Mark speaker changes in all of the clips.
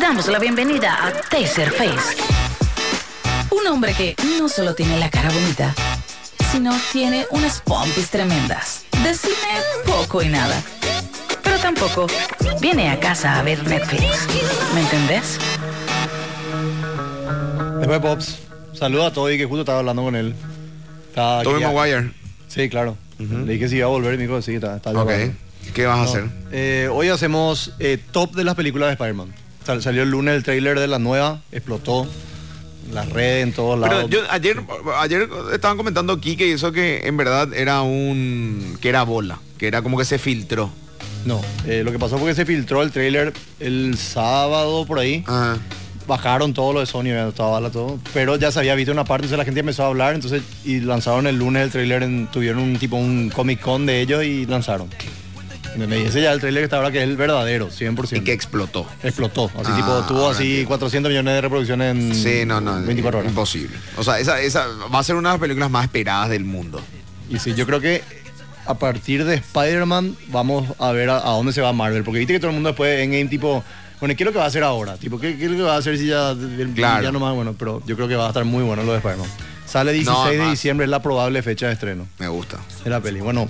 Speaker 1: damos la bienvenida a Taserface. Un hombre que no solo tiene la cara bonita, sino tiene unas pompis tremendas. De cine poco y nada. Pero tampoco viene a casa a ver Netflix. ¿Me entendés?
Speaker 2: Después Pops, saluda a Toby que justo estaba hablando con él. Está aquí
Speaker 3: Tommy
Speaker 2: ya-
Speaker 3: Maguire.
Speaker 2: Sí, claro. Le dije si iba a volver y me dijo, sí, está, está
Speaker 3: Ok.
Speaker 2: bien.
Speaker 3: ¿Qué vas a
Speaker 2: No.
Speaker 3: hacer?
Speaker 2: Eh, hoy hacemos eh, top de las películas de Spider-Man. Sal- salió el lunes el tráiler de la nueva, explotó. en Las redes en todos
Speaker 3: Pero
Speaker 2: lados.
Speaker 3: yo ayer, ayer estaban comentando aquí que eso que en verdad era un. que era bola. Que era como que se filtró.
Speaker 2: No, eh, lo que pasó fue que se filtró el tráiler el sábado por ahí.
Speaker 3: Ajá.
Speaker 2: Bajaron todo lo de Sony, ya estaba bala todo. Pero ya se había visto una parte, entonces la gente empezó a hablar. Entonces, y lanzaron el lunes el tráiler, en- tuvieron un tipo un Comic Con de ellos y lanzaron. Me dice ya el tráiler que está ahora que es el verdadero, 100%.
Speaker 3: Y que explotó.
Speaker 2: explotó. Así
Speaker 3: Ah,
Speaker 2: tipo, tuvo
Speaker 3: ahora
Speaker 2: así
Speaker 3: entiendo.
Speaker 2: 400 millones de reproducciones en
Speaker 3: Sí, no, no. eh,
Speaker 2: 24 horas.
Speaker 3: Imposible. O sea, esa, esa va a ser una de las películas más esperadas del mundo.
Speaker 2: Y sí, yo creo que a partir de Spider-Man vamos a ver a, a dónde se va Marvel. Porque viste que todo el mundo después en game tipo, bueno, ¿qué es lo que va a hacer ahora? Tipo, ¿qué, qué es lo que va a hacer si ya, el-
Speaker 3: Claro.
Speaker 2: ya no más? Bueno, pero yo creo que va a estar muy bueno lo de Spider-Man. Sale 16 de
Speaker 3: además.
Speaker 2: diciembre, es la probable fecha de estreno
Speaker 3: Me gusta.
Speaker 2: de la peli. Bueno,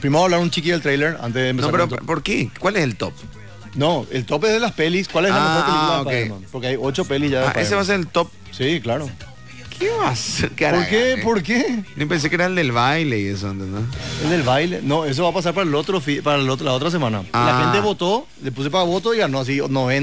Speaker 2: primero hablar un chiqui del trailer antes de
Speaker 3: No,
Speaker 2: empezar.
Speaker 3: pero
Speaker 2: con el top.
Speaker 3: ¿por qué? ¿Cuál es el top?
Speaker 2: no, el tope de las pelis. ¿Cuál es la
Speaker 3: Ah,
Speaker 2: mejor película de
Speaker 3: ok.
Speaker 2: Spider-Man? Porque hay ocho pelis ya de
Speaker 3: Ah, ese va a
Speaker 2: Spider-Man.
Speaker 3: ser eh. el top.
Speaker 2: Sí, claro.
Speaker 3: ¿Qué va a ser?
Speaker 2: ¿Por qué?
Speaker 3: Porque
Speaker 2: ¿Por qué?
Speaker 3: Yo pensé que era el del baile y eso, ¿entendés?
Speaker 2: El del baile. No, eso va a pasar para el otro fi- para el otro- la otra semana.
Speaker 3: Ah.
Speaker 2: La gente votó, le puse para voto y ganó así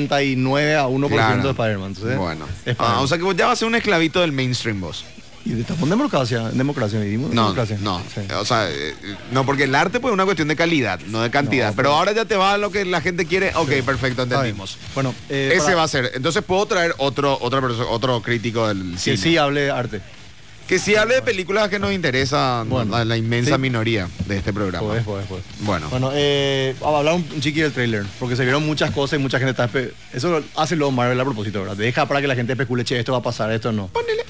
Speaker 2: 99 a 1% de Spider-Man. Entonces,
Speaker 3: Bueno.
Speaker 2: Spider-Man.
Speaker 3: Ah, o sea que vos ya vas a ser un esclavito del mainstream vos.
Speaker 2: Y estamos en democracia, en democracia vivimos. en
Speaker 3: No,
Speaker 2: democracia.
Speaker 3: no.
Speaker 2: Sí.
Speaker 3: O sea, eh, no, porque el arte pues es una cuestión de calidad, no de cantidad.
Speaker 2: No,
Speaker 3: pero ahora ya te va a lo que la gente quiere. Ok, perfecto,
Speaker 2: Está bien.
Speaker 3: entendimos.
Speaker 2: Bueno, eh,
Speaker 3: Ese
Speaker 2: para-
Speaker 3: va a ser. Entonces puedo traer otro, otra perso- otro crítico del
Speaker 2: Que
Speaker 3: cine.
Speaker 2: sí hable de arte.
Speaker 3: Que sí hable de películas que nos interesan
Speaker 2: Bueno,
Speaker 3: a la inmensa
Speaker 2: sí.
Speaker 3: minoría de este programa.
Speaker 2: Podés, podés, podés.
Speaker 3: Bueno.
Speaker 2: Bueno, eh, vamos a hablar un, un chiqui del trailer, porque se vieron muchas cosas y mucha gente está... espe- Eso lo hace lo Marvel a propósito, ¿verdad? Deja para que la gente especule, che, esto va a pasar, esto no. Ponele.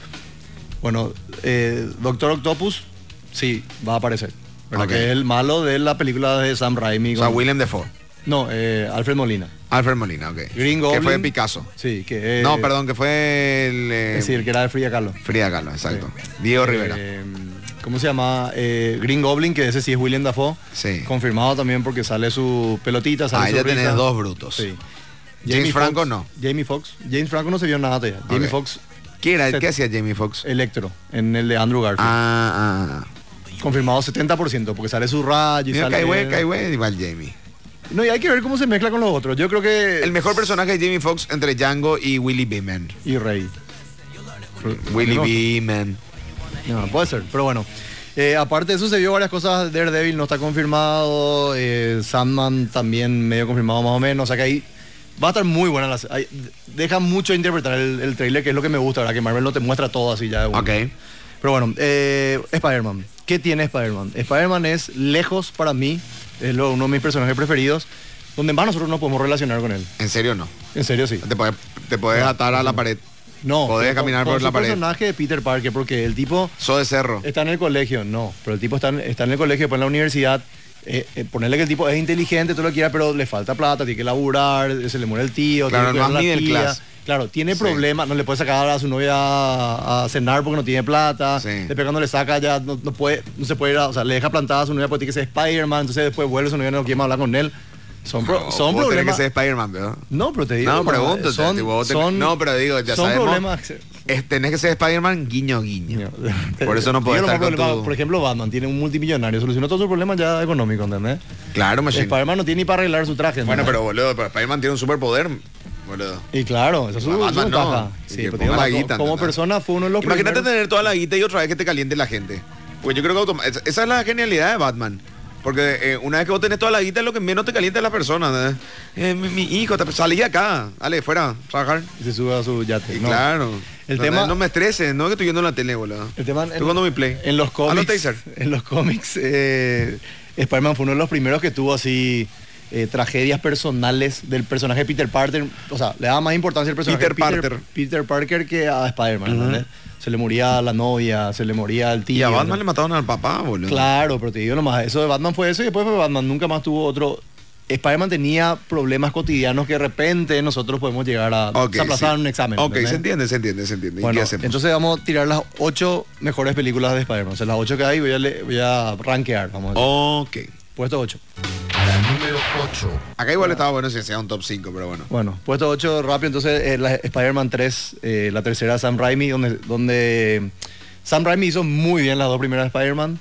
Speaker 2: Bueno, eh, Doctor Octopus, sí, va a aparecer. ¿verdad?
Speaker 3: Ok.
Speaker 2: Que es el malo de la película de Sam Raimi.
Speaker 3: O sea,
Speaker 2: con-
Speaker 3: Willem Dafoe.
Speaker 2: No, eh, Alfred Molina.
Speaker 3: Alfred Molina, ok.
Speaker 2: Green
Speaker 3: Que
Speaker 2: Goblin.
Speaker 3: fue Picasso.
Speaker 2: Sí, que es...
Speaker 3: no, perdón, que fue el... eh,
Speaker 2: Es decir, que era de Frida Kahlo.
Speaker 3: Frida Kahlo, exacto. Diego Rivera.
Speaker 2: Eh, ¿Cómo se llama? Eh, Green Goblin, que ese sí es William Dafoe.
Speaker 3: Sí.
Speaker 2: Confirmado también porque sale su pelotita, sale
Speaker 3: Ahí
Speaker 2: su
Speaker 3: ya
Speaker 2: risa.
Speaker 3: tenés dos brutos.
Speaker 2: Sí.
Speaker 3: James
Speaker 2: Jamie
Speaker 3: Franco
Speaker 2: Foxx-
Speaker 3: no.
Speaker 2: Jamie Foxx. James Franco no se vio nada todavía. Jamie
Speaker 3: Ok.
Speaker 2: Foxx,
Speaker 3: ¿Qué, era?
Speaker 2: Set-
Speaker 3: ¿Qué hacía Jamie Foxx?
Speaker 2: Electro, en el de Andrew Garfield.
Speaker 3: Ah, ah, ah.
Speaker 2: Confirmado 70%, porque sale su rayo y
Speaker 3: Mira,
Speaker 2: sale...
Speaker 3: Caigüe, Caigüe, igual Jamie.
Speaker 2: No, y hay que ver cómo se mezcla con los otros. Yo creo que...
Speaker 3: El mejor personaje es Jamie Foxx entre Django y Willy Beeman.
Speaker 2: Y Rey.
Speaker 3: Willy
Speaker 2: No,
Speaker 3: Beeman.
Speaker 2: No, puede ser, pero bueno. Eh, aparte de eso se vio varias cosas, Daredevil no está confirmado, eh, Sandman también medio confirmado más o menos, o sea que ahí va a estar muy buena la se- ahí Deja mucho de interpretar el, el trailer, que es lo que me gusta, ¿verdad? Que Marvel no te muestra todo así ya de una.
Speaker 3: Ok.
Speaker 2: Pero bueno, eh, Spider-Man. ¿Qué tiene Spider-Man? Spider-Man es lejos para mí, es lo- uno de mis personajes preferidos, donde más nosotros nos podemos relacionar con él.
Speaker 3: ¿En serio no?
Speaker 2: En serio, sí.
Speaker 3: Te podés, te podés atar a la pared.
Speaker 2: No.
Speaker 3: Podés
Speaker 2: pero con-
Speaker 3: caminar
Speaker 2: con
Speaker 3: por
Speaker 2: su
Speaker 3: la pared.
Speaker 2: personaje de Peter Parker, porque el tipo...
Speaker 3: Soy de cerro.
Speaker 2: Está en el colegio, no. Pero el tipo está en, está en el colegio, después en la universidad. eh, eh, ponerle que el tipo es inteligente, todo lo que quiera, pero le falta plata, tiene que laburar, se le muere el tío.
Speaker 3: Claro,
Speaker 2: tiene que cuidar
Speaker 3: no es
Speaker 2: a la
Speaker 3: middle
Speaker 2: tía.
Speaker 3: class.
Speaker 2: Claro, tiene
Speaker 3: Sí.
Speaker 2: problemas, no le puede sacar a su novia a, a cenar porque no tiene plata.
Speaker 3: Sí.
Speaker 2: Después cuando le saca ya no, no puede, no se puede ir, a- o sea, le deja plantada a su novia porque tiene que ser Spider-Man, entonces después vuelve su novia no quiere más hablar con él. Son, pro-
Speaker 3: No,
Speaker 2: son
Speaker 3: vos tenés
Speaker 2: problemas.
Speaker 3: que ser Spider-Man, ¿verdad?
Speaker 2: No, pero te digo.
Speaker 3: No,
Speaker 2: mamá,
Speaker 3: pregúntate,
Speaker 2: son-
Speaker 3: tipo, vos tenés-
Speaker 2: son-
Speaker 3: no, pero digo, ya
Speaker 2: son
Speaker 3: sabemos.
Speaker 2: problemas.
Speaker 3: Es- tenés que ser Spider-man guiño guiño. Por eso no
Speaker 2: Digo,
Speaker 3: podés
Speaker 2: los
Speaker 3: estar con
Speaker 2: problemas,
Speaker 3: tu-
Speaker 2: Por ejemplo, Batman tiene un multimillonario, solucionó todos sus problemas ya económicos, ¿entendés?
Speaker 3: Claro, machine.
Speaker 2: Spider-Man no tiene ni para arreglar su traje.
Speaker 3: Ah, Bueno,
Speaker 2: ¿entendés?
Speaker 3: pero boludo, pero Spider-Man tiene un superpoder, boludo.
Speaker 2: Y claro, esa es su,
Speaker 3: Batman
Speaker 2: su
Speaker 3: no.
Speaker 2: ventaja.
Speaker 3: Y
Speaker 2: Sí,
Speaker 3: que
Speaker 2: pero
Speaker 3: ponga
Speaker 2: digo,
Speaker 3: la
Speaker 2: como-
Speaker 3: guita,
Speaker 2: como
Speaker 3: ¿entendés?
Speaker 2: persona fue uno de los
Speaker 3: Imagínate
Speaker 2: primeros-
Speaker 3: tener toda la guita y otra vez que te caliente la gente. Pues yo creo que autom- esa- esa es la genialidad de Batman. Porque eh, una vez que vos tenés toda la guita, lo que menos te calienta es la persona. ¿eh? Eh, mi, mi hijo, te- salí de acá. Dale, fuera, trabajar.
Speaker 2: Y se sube a su yate.
Speaker 3: Y
Speaker 2: Eh, no.
Speaker 3: claro.
Speaker 2: El
Speaker 3: no,
Speaker 2: tema-
Speaker 3: no me estreses, no es que estoy viendo la tele, boludo.
Speaker 2: El tema
Speaker 3: estoy jugando mi play.
Speaker 2: En los
Speaker 3: A
Speaker 2: cómics.
Speaker 3: los taser.
Speaker 2: En los cómics, eh, Spider-Man fue uno de los primeros que tuvo así eh, tragedias personales del personaje de Peter Parker. O sea, le daba más importancia al personaje
Speaker 3: Peter
Speaker 2: de
Speaker 3: Parker.
Speaker 2: Peter Parker que a Spider-Man. ¿entendés? Se le moría la novia, se le moría el tío.
Speaker 3: Y a Batman
Speaker 2: ¿no?
Speaker 3: le mataron al papá, boludo.
Speaker 2: Claro, pero te digo nomás, eso de Batman fue eso y después fue Batman. Nunca más tuvo otro Spider-Man tenía problemas cotidianos que de repente nosotros podemos llegar a
Speaker 3: Ok,
Speaker 2: se aplazar
Speaker 3: sí.
Speaker 2: un examen.
Speaker 3: Ok,
Speaker 2: ¿entendés?
Speaker 3: se entiende, se entiende, se entiende. ¿Y
Speaker 2: Bueno,
Speaker 3: qué hacemos?
Speaker 2: entonces vamos a tirar las ocho mejores películas de Spider-Man. O sea, las ocho que hay voy a, le- voy a rankear. Vamos a decir.
Speaker 3: ok.
Speaker 2: Puesto 8.
Speaker 3: Acá igual estaba bueno si hacía un top 5, pero bueno.
Speaker 2: Bueno, puesto 8 rápido, entonces eh, la Spider-Man 3, eh, la tercera Sam Raimi, donde, donde eh, Sam Raimi hizo muy bien las dos primeras Spider-Man.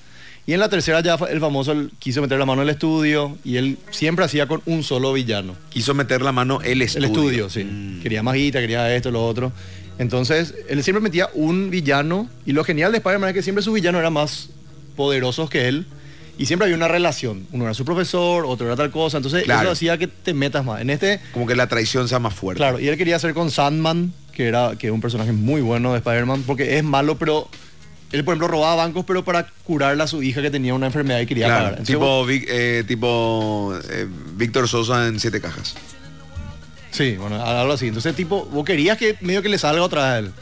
Speaker 2: Y en la tercera ya fa- el famoso el- quiso meter la mano en el estudio y él siempre hacía con un solo villano.
Speaker 3: Quiso meter la mano el
Speaker 2: El
Speaker 3: estudio.
Speaker 2: estudio, sí.
Speaker 3: Mm.
Speaker 2: Quería más guita, quería esto, lo otro. Entonces, él siempre metía un villano y lo genial de Spider-Man es que siempre sus villanos eran más poderosos que él y siempre había una relación. Uno era su profesor, otro era tal cosa, entonces
Speaker 3: Claro.
Speaker 2: eso hacía que te metas más. En este
Speaker 3: Como que la traición sea más fuerte.
Speaker 2: Claro, y él quería hacer con Sandman, que era que es un personaje muy bueno de Spider-Man, porque es malo, pero él, por ejemplo, robaba bancos, pero para curarla a su hija que tenía una enfermedad y quería
Speaker 3: Claro,
Speaker 2: pagar. Entonces,
Speaker 3: tipo, Vic- eh, tipo eh, Víctor Sosa en Siete Cajas.
Speaker 2: Sí, bueno, algo así. Entonces, tipo, vos querías que medio que le salga otra vez a él.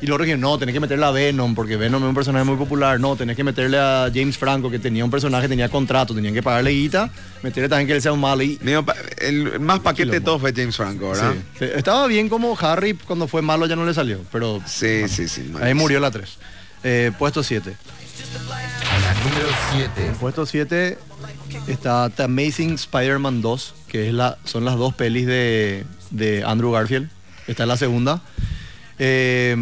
Speaker 2: Y luego que no, tenés que meterle a Venom, porque Venom es un personaje muy popular. No, tenés que meterle a James Franco, que tenía un personaje, tenía contrato, tenían que pagarle guita. Meterle también que él sea un malo. Y,
Speaker 3: Medio pa- el más paquete de
Speaker 2: Quilombo.
Speaker 3: todo fue James Franco, ¿verdad?
Speaker 2: Sí. Estaba bien como Harry, cuando fue malo ya no le salió, pero
Speaker 3: Sí, sí, sí.
Speaker 2: Ahí
Speaker 3: malísimo.
Speaker 2: murió la 3. puesto 7. En puesto 7 está The Amazing Spider-Man 2, que es la, son las dos pelis de, de Andrew Garfield. Esta es la segunda. Eh,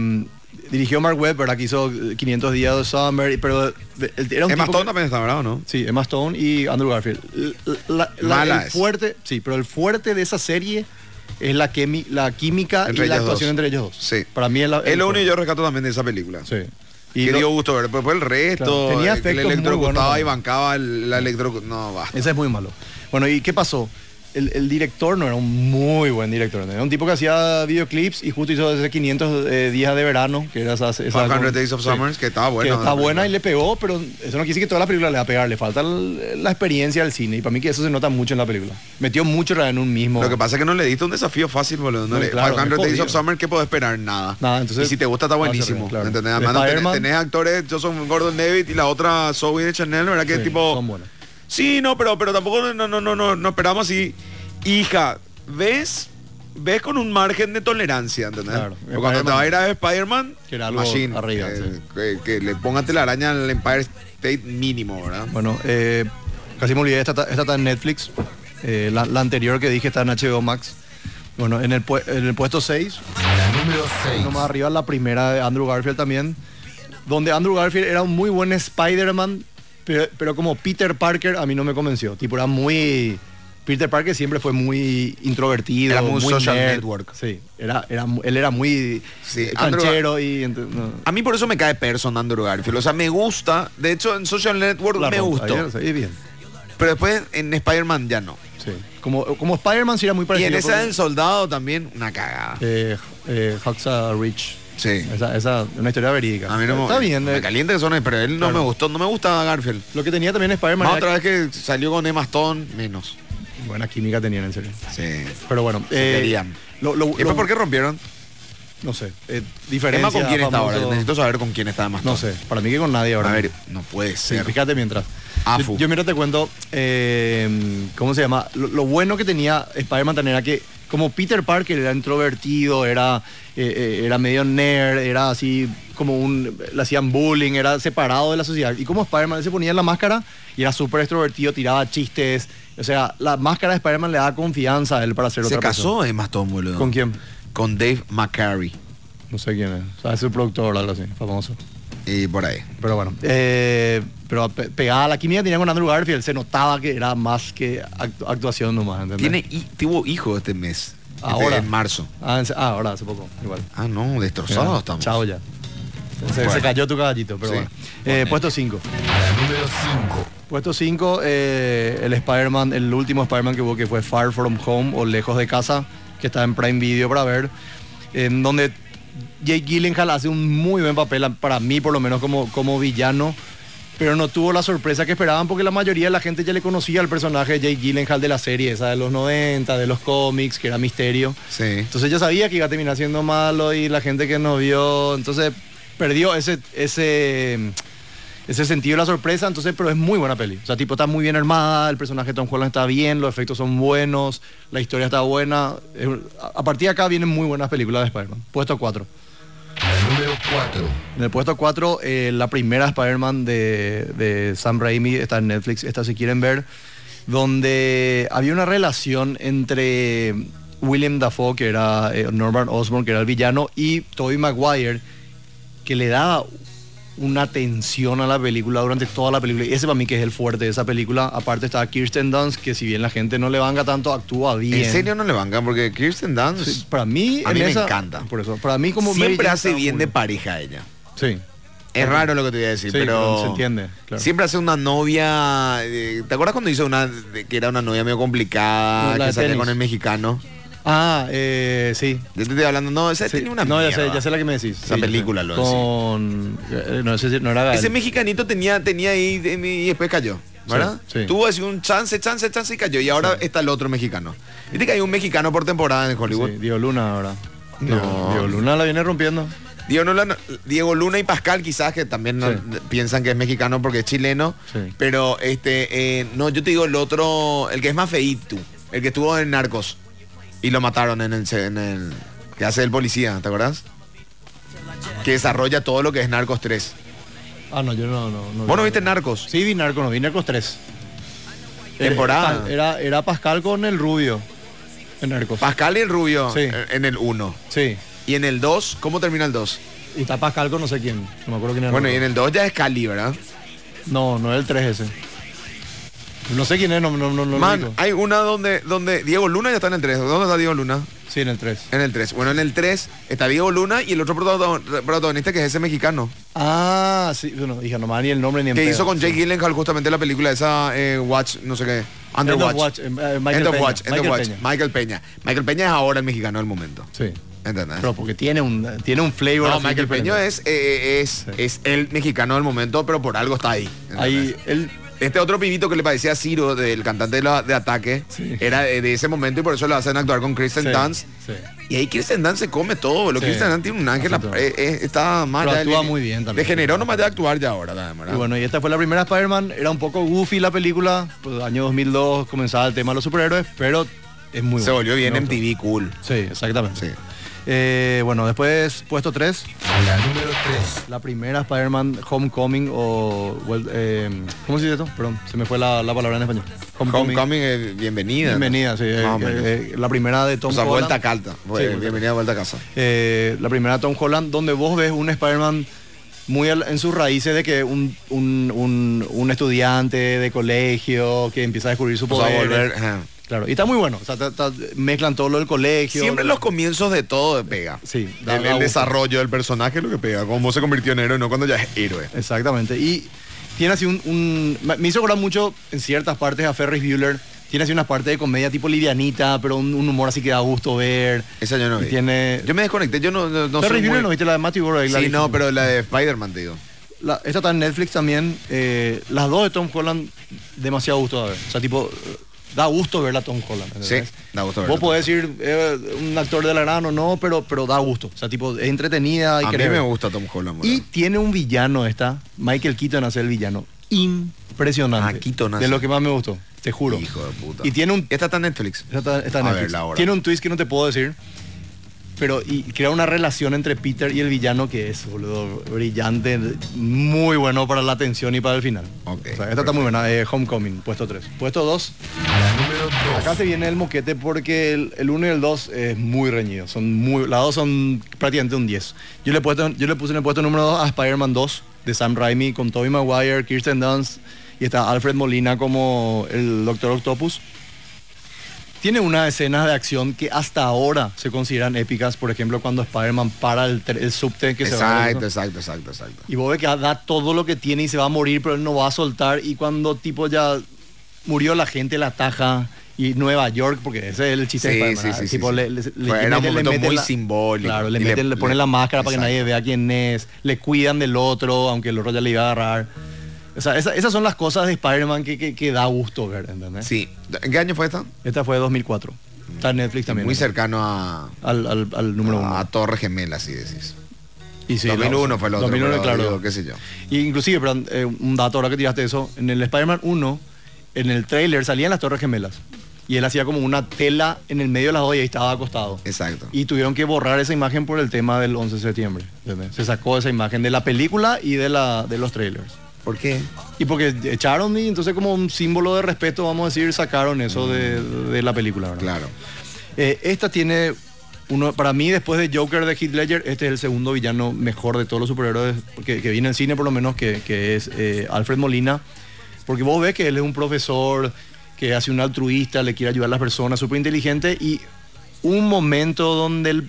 Speaker 2: dirigió Mark Webb, ¿verdad? Que hizo eh, 500 días de Summer, y- pero de- el- era un
Speaker 3: Emma
Speaker 2: tipo
Speaker 3: Stone
Speaker 2: que-
Speaker 3: también está, ¿verdad o no?
Speaker 2: Sí, Emma Stone y Andrew Garfield. La- la- la-
Speaker 3: Mala
Speaker 2: el
Speaker 3: es.
Speaker 2: fuerte, sí, pero el fuerte de esa serie es la, quemi- la química
Speaker 3: Entre
Speaker 2: Ah, y la
Speaker 3: ellas
Speaker 2: actuación
Speaker 3: dos.
Speaker 2: entre ellos dos.
Speaker 3: Sí.
Speaker 2: Para mí es la,
Speaker 3: Es
Speaker 2: el
Speaker 3: lo único
Speaker 2: fuerte.
Speaker 3: que yo rescato también de esa película.
Speaker 2: Sí.
Speaker 3: Y que
Speaker 2: lo-
Speaker 3: dio gusto ver. Pero el resto,
Speaker 2: Claro, tenía
Speaker 3: el, que le
Speaker 2: efectos muy
Speaker 3: electrocutaba
Speaker 2: buenos.
Speaker 3: y bancaba el- la electro... No, basta.
Speaker 2: Ese es muy malo. Bueno, ¿y qué pasó? El, el director no era un muy buen director. ¿no? Era un tipo que hacía videoclips y justo hizo ese 500 eh, días de verano, que era esa... esa
Speaker 3: 500 Days of Summers, que estaba buena,
Speaker 2: Que
Speaker 3: la
Speaker 2: está buena
Speaker 3: película.
Speaker 2: y le pegó, pero eso no quiere decir que toda la película le va a pegar. Le falta el- la experiencia del cine. Y para mí que eso se nota mucho en la película. Metió mucho en un mismo...
Speaker 3: Lo que pasa es que no le diste un desafío fácil, boludo. No
Speaker 2: No,
Speaker 3: le,
Speaker 2: claro,
Speaker 3: 500 Days
Speaker 2: es
Speaker 3: of
Speaker 2: jodido.
Speaker 3: Summer, ¿qué puedo esperar? Nada.
Speaker 2: Nada, entonces-
Speaker 3: y si te gusta, está
Speaker 2: vas a
Speaker 3: buenísimo.
Speaker 2: ver, claro.
Speaker 3: ¿Entendés? Además, no tenés,
Speaker 2: Spider-Man-
Speaker 3: tenés actores, yo soy Gordon David y la otra Zoe de Chanel, ¿verdad? Que
Speaker 2: Sí,
Speaker 3: tipo...
Speaker 2: son buenas.
Speaker 3: Sí, no, pero, pero tampoco no, no, no, no, no esperamos así. Hija, ¿ves? Ves con un margen de tolerancia, ¿entendés?
Speaker 2: Claro.
Speaker 3: Pero cuando te va a ir a Spider-Man,
Speaker 2: Que era algo arriba,
Speaker 3: eh,
Speaker 2: sí.
Speaker 3: que, que le pongas la araña al Empire State mínimo, ¿verdad?
Speaker 2: Bueno, eh, casi me olvidé, esta, ta- esta está en Netflix. Eh, la, la anterior que dije está en HBO Max. Bueno, en el, pue- en el puesto 6, uno más arriba, la primera de Andrew Garfield también, donde Andrew Garfield era un muy buen Spider-Man, pero, pero como Peter Parker a mí no me convenció. Tipo, era muy... Peter Parker siempre fue muy introvertido.
Speaker 3: Era muy social
Speaker 2: nerd.
Speaker 3: network.
Speaker 2: Sí, era, era, mu- él era muy
Speaker 3: Sí, Andrew Gar-
Speaker 2: canchero y... ent- no.
Speaker 3: A mí por eso me cae person Andrew Garfield. O sea, me gusta. De hecho, en Social Network
Speaker 2: La
Speaker 3: me
Speaker 2: rompa,
Speaker 3: gustó.
Speaker 2: ayer, sí, bien.
Speaker 3: Pero después en Spider-Man ya no.
Speaker 2: Sí. Como, como Spider-Man sí era muy
Speaker 3: Y
Speaker 2: parecido.
Speaker 3: en esa
Speaker 2: porque-
Speaker 3: del soldado también, una cagada.
Speaker 2: eh, eh, Hacksaw Ridge.
Speaker 3: Sí.
Speaker 2: Esa esa una historia verídica.
Speaker 3: A mí no me,
Speaker 2: Está bien.
Speaker 3: me
Speaker 2: eh,
Speaker 3: calienta que son, pero él no
Speaker 2: claro.
Speaker 3: me gustó. No me gusta Garfield.
Speaker 2: lo que tenía también Spider-Man
Speaker 3: Más
Speaker 2: era
Speaker 3: otra vez que salió con Emma Stone,
Speaker 2: que-
Speaker 3: menos.
Speaker 2: buena química tenían en serio.
Speaker 3: Sí.
Speaker 2: Pero bueno,
Speaker 3: Se
Speaker 2: eh,
Speaker 3: querían.
Speaker 2: lo- lo-
Speaker 3: ¿Y después
Speaker 2: lo-
Speaker 3: por qué rompieron?
Speaker 2: no sé, eh, diferencia.
Speaker 3: Emma con quién está ahora.
Speaker 2: famoso-
Speaker 3: Necesito saber con quién está Emma Stone.
Speaker 2: No sé, para mí que con nadie ahora.
Speaker 3: A ver, no puede
Speaker 2: Sí,
Speaker 3: ser.
Speaker 2: fíjate mientras.
Speaker 3: Afu.
Speaker 2: Yo, yo mira te cuento, eh, ¿cómo se llama? Lo, lo bueno que tenía Spider-Man también era que como Peter Parker era introvertido, era, eh, eh, era medio nerd, era así como un... le hacían bullying, era separado de la sociedad. Y como Spider-Man él se ponía en la máscara y era súper extrovertido, tiraba chistes. O sea, la máscara de Spider-Man le da confianza a él para ser
Speaker 3: Se
Speaker 2: otra persona.
Speaker 3: casó Emma Stone, boludo.
Speaker 2: ¿Con quién?
Speaker 3: Con Dave McCary.
Speaker 2: No sé quién es. O sea, es un productor o algo así, famoso.
Speaker 3: Y por ahí.
Speaker 2: Pero bueno, eh, pero pe- pegada a la química tenía con Andrew Garfield, se notaba que era más que actu- actuación nomás, ¿entendés?
Speaker 3: Tiene, y, tuvo hijo este mes. Este,
Speaker 2: Ahora.
Speaker 3: en marzo.
Speaker 2: Ah, en- ah, ahora, hace poco, igual.
Speaker 3: Ah, no, destrozados
Speaker 2: Mira,
Speaker 3: estamos.
Speaker 2: Chao ya. Se, se
Speaker 3: Bueno.
Speaker 2: cayó tu caballito, pero
Speaker 3: Sí.
Speaker 2: bueno.
Speaker 3: Bueno,
Speaker 2: Eh,
Speaker 3: eh.
Speaker 2: puesto 5. Puesto 5, el Spider-Man, el último Spider-Man que hubo que fue Far From Home o Lejos de Casa, que está en Prime Video para ver, en donde Jake Gyllenhaal hace un muy buen papel, para mí por lo menos como, como villano, pero no tuvo la sorpresa que esperaban porque la mayoría de la gente ya le conocía al personaje de Jake Gyllenhaal de la serie, esa de los 90, de los cómics, que era misterio.
Speaker 3: Sí.
Speaker 2: Entonces ya sabía que iba a terminar siendo malo y la gente que no vio, entonces perdió ese, ese, ese sentido de la sorpresa, entonces, pero es muy buena peli. O sea, tipo, está muy bien armada, el personaje de Tom Holland está bien, los efectos son buenos, la historia está buena. Es un- A a partir de acá vienen muy buenas películas de Spider-Man. Puesto 4.
Speaker 4: número 4,
Speaker 2: En el puesto 4, la primera Spider-Man de, de Sam Raimi está en Netflix, esta si quieren ver, donde había una relación entre William Dafoe, que era eh, Norman Osborn, que era el villano, y Tobey Maguire, que le daba una tensión a la película durante toda la película. Y ese para mí que es el fuerte de esa película. Aparte está Kirsten Dunst, que si bien la gente no le vanga tanto, actúa bien.
Speaker 3: En serio no le bancan porque Kirsten Dunst
Speaker 2: Sí, Para mí...
Speaker 3: A
Speaker 2: en
Speaker 3: mí me
Speaker 2: esa-
Speaker 3: encanta.
Speaker 2: Por eso. Para mí como... Mary
Speaker 3: siempre
Speaker 2: Jane
Speaker 3: hace
Speaker 2: está
Speaker 3: bien
Speaker 2: muy-
Speaker 3: de pareja ella.
Speaker 2: Sí.
Speaker 3: Es raro lo que te voy a decir,
Speaker 2: Sí,
Speaker 3: pero
Speaker 2: pero se entiende, claro.
Speaker 3: Siempre hace una novia. eh, ¿Te acuerdas cuando hizo una de- que era una novia medio complicada
Speaker 2: La
Speaker 3: que
Speaker 2: de
Speaker 3: salía
Speaker 2: tenis.
Speaker 3: con el mexicano?
Speaker 2: Ah, eh, sí,
Speaker 3: Yo te estoy hablando, no, esa
Speaker 2: Sí,
Speaker 3: tenía una
Speaker 2: no, ya
Speaker 3: mierda.
Speaker 2: sé, ya sé la que me decís.
Speaker 3: Esa película, lo
Speaker 2: Con... eh, No sé si no era...
Speaker 3: Ese mexicanito tenía, tenía ahí eh, y después cayó, ¿verdad?
Speaker 2: Sí, sí.
Speaker 3: Tuvo así un chance, chance, chance y cayó. Y ahora está el otro mexicano. Viste que hay un mexicano por temporada en Hollywood.
Speaker 2: Sí, Diego Luna ahora. Diego-
Speaker 3: No.
Speaker 2: Diego Luna la viene rompiendo.
Speaker 3: Diego, Luna, Diego Luna y Pascal quizás que también no-
Speaker 2: Sí.
Speaker 3: piensan que es mexicano porque es chileno.
Speaker 2: Sí.
Speaker 3: Pero este, eh, no, yo te digo el otro, el que es más feíto, el que estuvo en Narcos y lo mataron en el, en el- que hace el policía, ¿te acuerdas? Que desarrolla todo lo que es Narcos 3.
Speaker 2: Ah, no, yo no, no.
Speaker 3: ¿Vos no viste Narcos?
Speaker 2: Sí, vi Narcos, no, vi Narcos 3.
Speaker 3: Temporada.
Speaker 2: Era, era Pascal con el rubio en Narcos.
Speaker 3: Pascal y el rubio
Speaker 2: Sí.
Speaker 3: eh, en el 1.
Speaker 2: sí.
Speaker 3: Y en el 2, ¿cómo termina el 2?
Speaker 2: Y está Pascal con no sé quién. No me acuerdo quién era.
Speaker 3: Bueno, y en el 2 ya es Cali, ¿verdad?
Speaker 2: No, no era el 3 ese. No sé quién es, no, no, no, no lo
Speaker 3: Man,
Speaker 2: ubico.
Speaker 3: hay una donde, donde Diego Luna ya está en el 3. ¿Dónde está Diego Luna?
Speaker 2: Sí, en el 3.
Speaker 3: En el 3. Bueno, en el 3 está Diego Luna y el otro protago- protagonista que es ese mexicano.
Speaker 2: Ah, sí. Bueno, hija, no me da ni el nombre ni en
Speaker 3: Que
Speaker 2: pedo.
Speaker 3: hizo con Jake Gyllenhaal justamente la película esa eh, Watch, no sé qué.
Speaker 2: End of
Speaker 3: Underwatch.
Speaker 2: Watch, eh, eh, Michael
Speaker 3: End of
Speaker 2: Peña,
Speaker 3: Watch. End of
Speaker 2: Michael
Speaker 3: Watch.
Speaker 2: Peña.
Speaker 3: Michael Peña. Michael Peña es ahora el mexicano del momento.
Speaker 2: Sí.
Speaker 3: ¿Entendés?
Speaker 2: Pero porque tiene un, tiene un flavor.
Speaker 3: no,
Speaker 2: así
Speaker 3: Michael
Speaker 2: diferente.
Speaker 3: Peña es, eh, es, es el mexicano del momento, pero por algo está ahí. ¿entendés?
Speaker 2: Ahí, él,
Speaker 3: Este otro pibito que le parecía a Ciro, del cantante de, la- de Ataque,
Speaker 2: Sí.
Speaker 3: era de, de ese momento y por eso lo hacen actuar con Kristen
Speaker 2: Sí,
Speaker 3: Dunst.
Speaker 2: sí.
Speaker 3: Y ahí Kristen Dunst se come todo. Lo
Speaker 2: Sí.
Speaker 3: Kristen Dunst tiene un ángel,
Speaker 2: Hace todo.
Speaker 3: eh, eh, está más
Speaker 2: Pero
Speaker 3: allá
Speaker 2: actúa
Speaker 3: del-
Speaker 2: muy bien también.
Speaker 3: Degeneró nomás de actuar ya ahora, la verdad.
Speaker 2: y bueno, y esta fue la primera Spider-Man. Era un poco goofy la película. Pues, año 2002 comenzaba el tema de los superhéroes, pero es muy
Speaker 3: se
Speaker 2: buena.
Speaker 3: volvió bien
Speaker 2: Me
Speaker 3: en
Speaker 2: gustó.
Speaker 3: TV cool.
Speaker 2: Sí, exactamente.
Speaker 3: Sí.
Speaker 2: Eh, bueno, después, puesto 3,
Speaker 4: la número 3,
Speaker 2: la primera Spider-Man Homecoming o... well, eh, ¿Cómo se dice esto? Perdón, se me fue la, la palabra en español.
Speaker 3: Homecoming, eh, bienvenida. ¿no?
Speaker 2: Bienvenida, sí. eh,
Speaker 3: Más o menos.
Speaker 2: eh, la primera de Tom
Speaker 3: o sea,
Speaker 2: Holland.
Speaker 3: vuelta a casa.
Speaker 2: Sí,
Speaker 3: bienvenida, vuelta a casa.
Speaker 2: eh, la primera Tom Holland, donde vos ves un Spider-Man muy al- en sus raíces de que un, un- un- un estudiante de colegio que empieza a descubrir su
Speaker 3: O sea,
Speaker 2: poder.
Speaker 3: volver. ajá.
Speaker 2: Claro, y está muy bueno. o sea, está- está- mezclan todo lo del colegio.
Speaker 3: Siempre los comienzos de todo pega.
Speaker 2: Sí,
Speaker 3: El-
Speaker 2: da-
Speaker 3: el,
Speaker 2: da gusto.
Speaker 3: desarrollo del personaje es lo que pega. Cómo se convirtió en héroe, no cuando ya es héroe.
Speaker 2: Exactamente. Y tiene así un, un- me- Me hizo acordar mucho en ciertas partes a Ferris Bueller. Tiene así unas partes de comedia tipo livianita, pero un, un humor así que da gusto ver.
Speaker 3: Esa yo no
Speaker 2: Y
Speaker 3: vi.
Speaker 2: tiene-
Speaker 3: Yo me desconecté, yo no, no, no soy
Speaker 2: Ferris Bueller
Speaker 3: muy-
Speaker 2: no viste la de Matthew Broderick. la
Speaker 3: Sí,
Speaker 2: original?
Speaker 3: no, pero la de Spider-Man, te digo.
Speaker 2: La- esta está en Netflix también. eh, las dos de Tom Holland, demasiado gusto de ver. O sea, tipo, eh, da gusto verla a Tom Holland. ¿entendés?
Speaker 3: Sí, da gusto verla.
Speaker 2: Vos podés decir eh, un actor de la gran o no, pero, pero da gusto. O sea, tipo, es entretenida y
Speaker 3: A mí
Speaker 2: querés
Speaker 3: me
Speaker 2: ver.
Speaker 3: gusta Tom Holland.
Speaker 2: Y
Speaker 3: Y
Speaker 2: tiene un villano esta, Michael Keaton hace el villano. Impresionante.
Speaker 3: Ah, Keaton hace.
Speaker 2: De lo que más me gustó, te juro.
Speaker 3: Hijo de puta.
Speaker 2: Y tiene un
Speaker 3: esta está en Netflix.
Speaker 2: esa está- está en
Speaker 3: A
Speaker 2: Netflix.
Speaker 3: verla ahora.
Speaker 2: Tiene un twist que no te puedo decir. Pero y crea una relación entre Peter y el villano que es, boludo, brillante, muy bueno para la atención y para el final.
Speaker 3: Ok,
Speaker 2: O sea, esta
Speaker 3: perfecto.
Speaker 2: está muy buena, eh, Homecoming, puesto 3. Puesto 2,
Speaker 4: la número
Speaker 2: acá
Speaker 4: 2,
Speaker 2: se viene el moquete porque el 1 y el 2 es muy reñido. Son muy, las dos son prácticamente un 10. Yo le, he puesto- yo le puse en el puesto número 2 a Spider-Man 2 de Sam Raimi con Tobey Maguire, Kirsten Dunst y está Alfred Molina como el Doctor Octopus. Tiene unas escenas de acción que hasta ahora se consideran épicas, por ejemplo, cuando Spider-Man para el, tre- el subte que se va.
Speaker 3: Exacto, exacto, exacto, exacto.
Speaker 2: Y vos ves que da todo lo que tiene y se va a morir, pero él no va a soltar. Y cuando tipo ya murió la gente, la taja. Y Nueva York, porque ese es el chiste
Speaker 3: Sí,
Speaker 2: de
Speaker 3: sí,
Speaker 2: Spider-Man.
Speaker 3: sí,
Speaker 2: ¿verdad?
Speaker 3: sí,
Speaker 2: Tipo,
Speaker 3: sí.
Speaker 2: le- le- le-
Speaker 3: Fue- era un
Speaker 2: meten- le
Speaker 3: momento
Speaker 2: meten
Speaker 3: muy
Speaker 2: la-
Speaker 3: simbólico.
Speaker 2: Claro, le,
Speaker 3: Y le-
Speaker 2: meten- le ponen
Speaker 3: le-
Speaker 2: la máscara para
Speaker 3: exacto.
Speaker 2: que nadie vea quién es, le cuidan del otro, aunque el otro ya le iba a agarrar. O sea, esa- esas son las cosas de Spider-Man que, que- que da gusto ver, ¿entendés?
Speaker 3: Sí. ¿En qué año fue esta?
Speaker 2: Esta fue 2004. Está en Netflix también.
Speaker 3: Muy Ah,
Speaker 2: ¿no?
Speaker 3: cercano a,
Speaker 2: Al, al- al número uno.
Speaker 3: a Torre Gemela, así decís.
Speaker 2: Y sí,
Speaker 3: 2001
Speaker 2: no,
Speaker 3: fue el otro.
Speaker 2: 2001,
Speaker 3: pero
Speaker 2: claro.
Speaker 3: digo, qué sé yo.
Speaker 2: Y inclusive, perdón, eh, un dato ahora que tiraste eso, en el Spider-Man 1, en el tráiler salían las Torres Gemelas. Y él hacía como una tela en el medio de las dos y ahí estaba acostado.
Speaker 3: Exacto.
Speaker 2: Y tuvieron que borrar esa imagen por el tema del 11 de septiembre. ¿entendés? Se sacó esa imagen de la película y de, la, de los trailers.
Speaker 3: ¿Por qué?
Speaker 2: Y porque echaron y entonces como un símbolo de respeto, vamos a decir, sacaron eso de, de la película. ¿verdad?
Speaker 3: Claro.
Speaker 2: Eh, esta tiene uno, para mí después de Joker de Heath Ledger, este es el segundo villano mejor de todos los superhéroes que, que vi en el cine por lo menos, que, que es eh, Alfred Molina, porque vos ves que él es un profesor que hace un altruista, le quiere ayudar a las personas, súper inteligente y un momento donde el,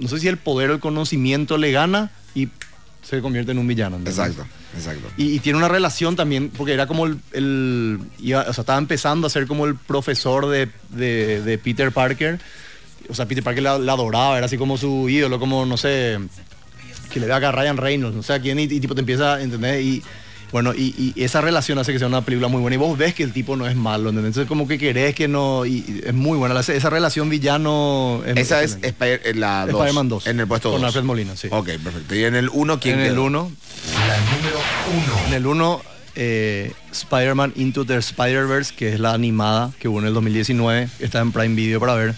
Speaker 2: no sé si el poder o el conocimiento le gana y se convierte en un villano. ¿entendés?
Speaker 3: Exacto. Exacto.
Speaker 2: Y, y tiene una relación también, porque era como el. el- iba- o sea, estaba empezando a ser como el profesor de, de- de Peter Parker. O sea, Peter Parker la, la adoraba, era así como su ídolo, como, no sé, que le vea acá a Ryan Reynolds, no sé a quién, y, y tipo te empieza a entender. Y bueno, y, y esa relación hace que sea una película muy buena. Y vos ves que el tipo no es malo, ¿entendés? Entonces, como que querés que no. Y, y es muy buena. la- esa relación villano.
Speaker 3: Esa es
Speaker 2: excelente.
Speaker 3: Spider- eh, la dos,
Speaker 2: Spider-Man 2.
Speaker 3: En el puesto 2.
Speaker 2: Con Alfred Molina, sí.
Speaker 3: Ok, perfecto. ¿Y en el 1 quién
Speaker 2: en el
Speaker 3: quedó?
Speaker 2: 1.
Speaker 4: La número
Speaker 2: En
Speaker 4: 1.
Speaker 2: el 1, Spider-Man Into the Spider-Verse, que es la animada que hubo en el 2019, está en Prime Video para ver.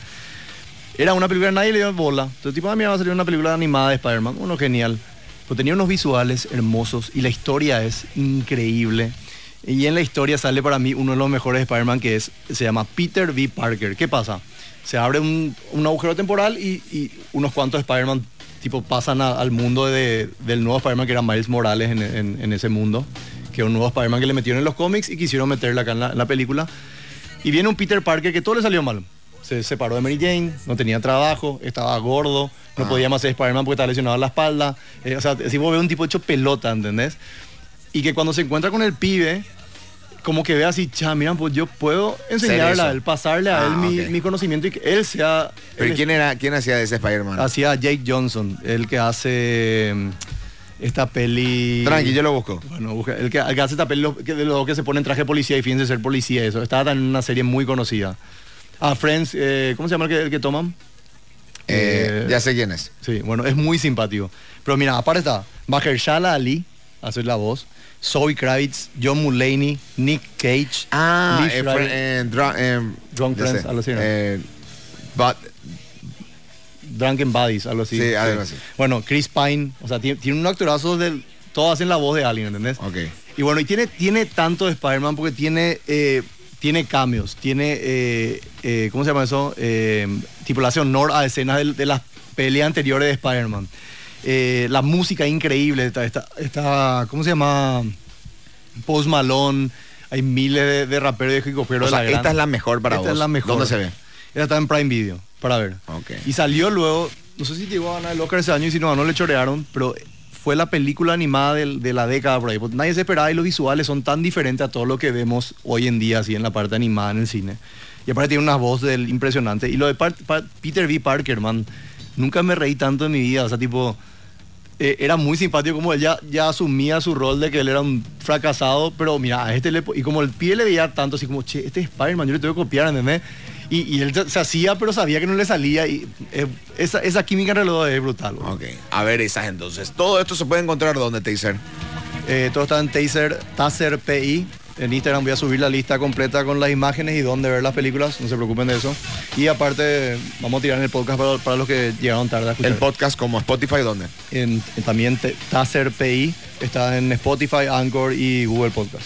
Speaker 2: Era una película que nadie le dio bola. Entonces, tipo, ah, mira, va a salir una película animada de Spider-Man. Uno genial. Pero tenía unos visuales hermosos y la historia es increíble. Y en la historia sale para mí uno de los mejores Spider-Man que es, se llama Peter B. Parker. ¿Qué pasa? Se abre un, un agujero temporal y, y unos cuantos Spider-Man tipo pasan a- al mundo de- del nuevo Spider-Man que era Miles Morales en, en- en ese mundo. Que es un nuevo Spider-Man que le metieron en los cómics y quisieron meterla acá en la- en la película. Y viene un Peter Parker que todo le salió mal. Se separó de Mary Jane, no tenía trabajo, estaba gordo, no
Speaker 3: Ah.
Speaker 2: podía más ser Spider-Man porque estaba lesionado en la espalda. Eh, o sea, si vos ves un tipo hecho pelota, ¿entendés? Y que cuando se encuentra con el pibe, como que ve así, cha, mira, pues yo puedo enseñarle
Speaker 3: eso.
Speaker 2: a él, pasarle a
Speaker 3: Ah,
Speaker 2: él mi,
Speaker 3: ok.
Speaker 2: mi conocimiento y que él sea...
Speaker 3: ¿Pero
Speaker 2: él Ah,
Speaker 3: quién era, quién hacía de ese Spider-Man?
Speaker 2: Hacía Jake Johnson, el que hace mm, esta peli...
Speaker 3: Tranqui, yo lo busco.
Speaker 2: Bueno, busca- el que, el que hace esta peli, lo- que- de los que se ponen traje de policía y fíjense ser policía, eso. Estaba en una serie muy conocida. A Friends, eh, ¿cómo se llama el que, el que toman?
Speaker 3: Eh,
Speaker 2: Eh,
Speaker 3: ya sé quién es.
Speaker 2: Sí, bueno, es muy simpático. Pero mira, aparte está Mahershala Ali, hace la voz, Zoe Kravitz, John Mulaney, Nick Cage,
Speaker 3: Ah,
Speaker 2: Liv
Speaker 3: eh,
Speaker 2: Schreiber,
Speaker 3: fr- eh, dra- eh,
Speaker 2: Drunk
Speaker 3: ya
Speaker 2: Friends,
Speaker 3: sé.
Speaker 2: algo así, ¿no?
Speaker 3: Eh, but-
Speaker 2: Drunken Buddies, algo así.
Speaker 3: Sí, algo así.
Speaker 2: Bueno, Chris Pine, o sea, tiene, tiene un actorazo del... Todos hacen la voz de alguien, ¿entendés?
Speaker 3: ok.
Speaker 2: Y bueno, y tiene, tiene tanto de Spider-Man porque tiene, eh, tiene cambios, tiene, eh, eh, ¿cómo se llama eso? Eh, tipo le hace honor a escenas del- de, las peleas anteriores de Spider-Man. Eh, la música increíble, está, está, está- ¿cómo se llama? Post Malone, hay miles de, de raperos y de
Speaker 3: O
Speaker 2: hip-hoperos de
Speaker 3: sea,
Speaker 2: la gran-
Speaker 3: esta es la mejor para
Speaker 2: Esta
Speaker 3: vos.
Speaker 2: es la mejor.
Speaker 3: ¿Dónde se ve?
Speaker 2: Esta está en Prime Video, para ver.
Speaker 3: Ok.
Speaker 2: Y salió luego, no sé si llegó a ganar el Oscar ese año y si no ganó le chorearon, pero fue la película animada del- de, la década por ahí. Porque nadie se esperaba y los visuales son tan diferentes a todo lo que vemos hoy en día así en la parte animada en el cine. Y aparte tiene una voz del impresionante. Y lo de Par- Par- Peter B. Parker, man, nunca me reí tanto en mi vida. O sea, tipo, eh, era muy simpático como él ya, ya asumía su rol de que él era un fracasado, pero mira, a este le... po- Y como el pie le veía tanto, así como, che, este es Spider-Man, yo le tengo que copiar, ¿entendés? Y, y él se, se hacía, pero sabía que no le salía. Y eh, esa, esa química en reloj es brutal. boludo.
Speaker 3: Ok. A ver esas entonces. Todo esto se puede encontrar donde, Taser.
Speaker 2: Eh, todo está en Taser, Taser PI. En Instagram voy a subir la lista completa con las imágenes y dónde ver las películas, no se preocupen de eso. Y aparte, vamos a tirar en el podcast para, para los que llegaron tarde a escuchar.
Speaker 3: El podcast como Spotify, ¿dónde?
Speaker 2: En- en también Taser PI está en Spotify, Anchor y Google Podcast.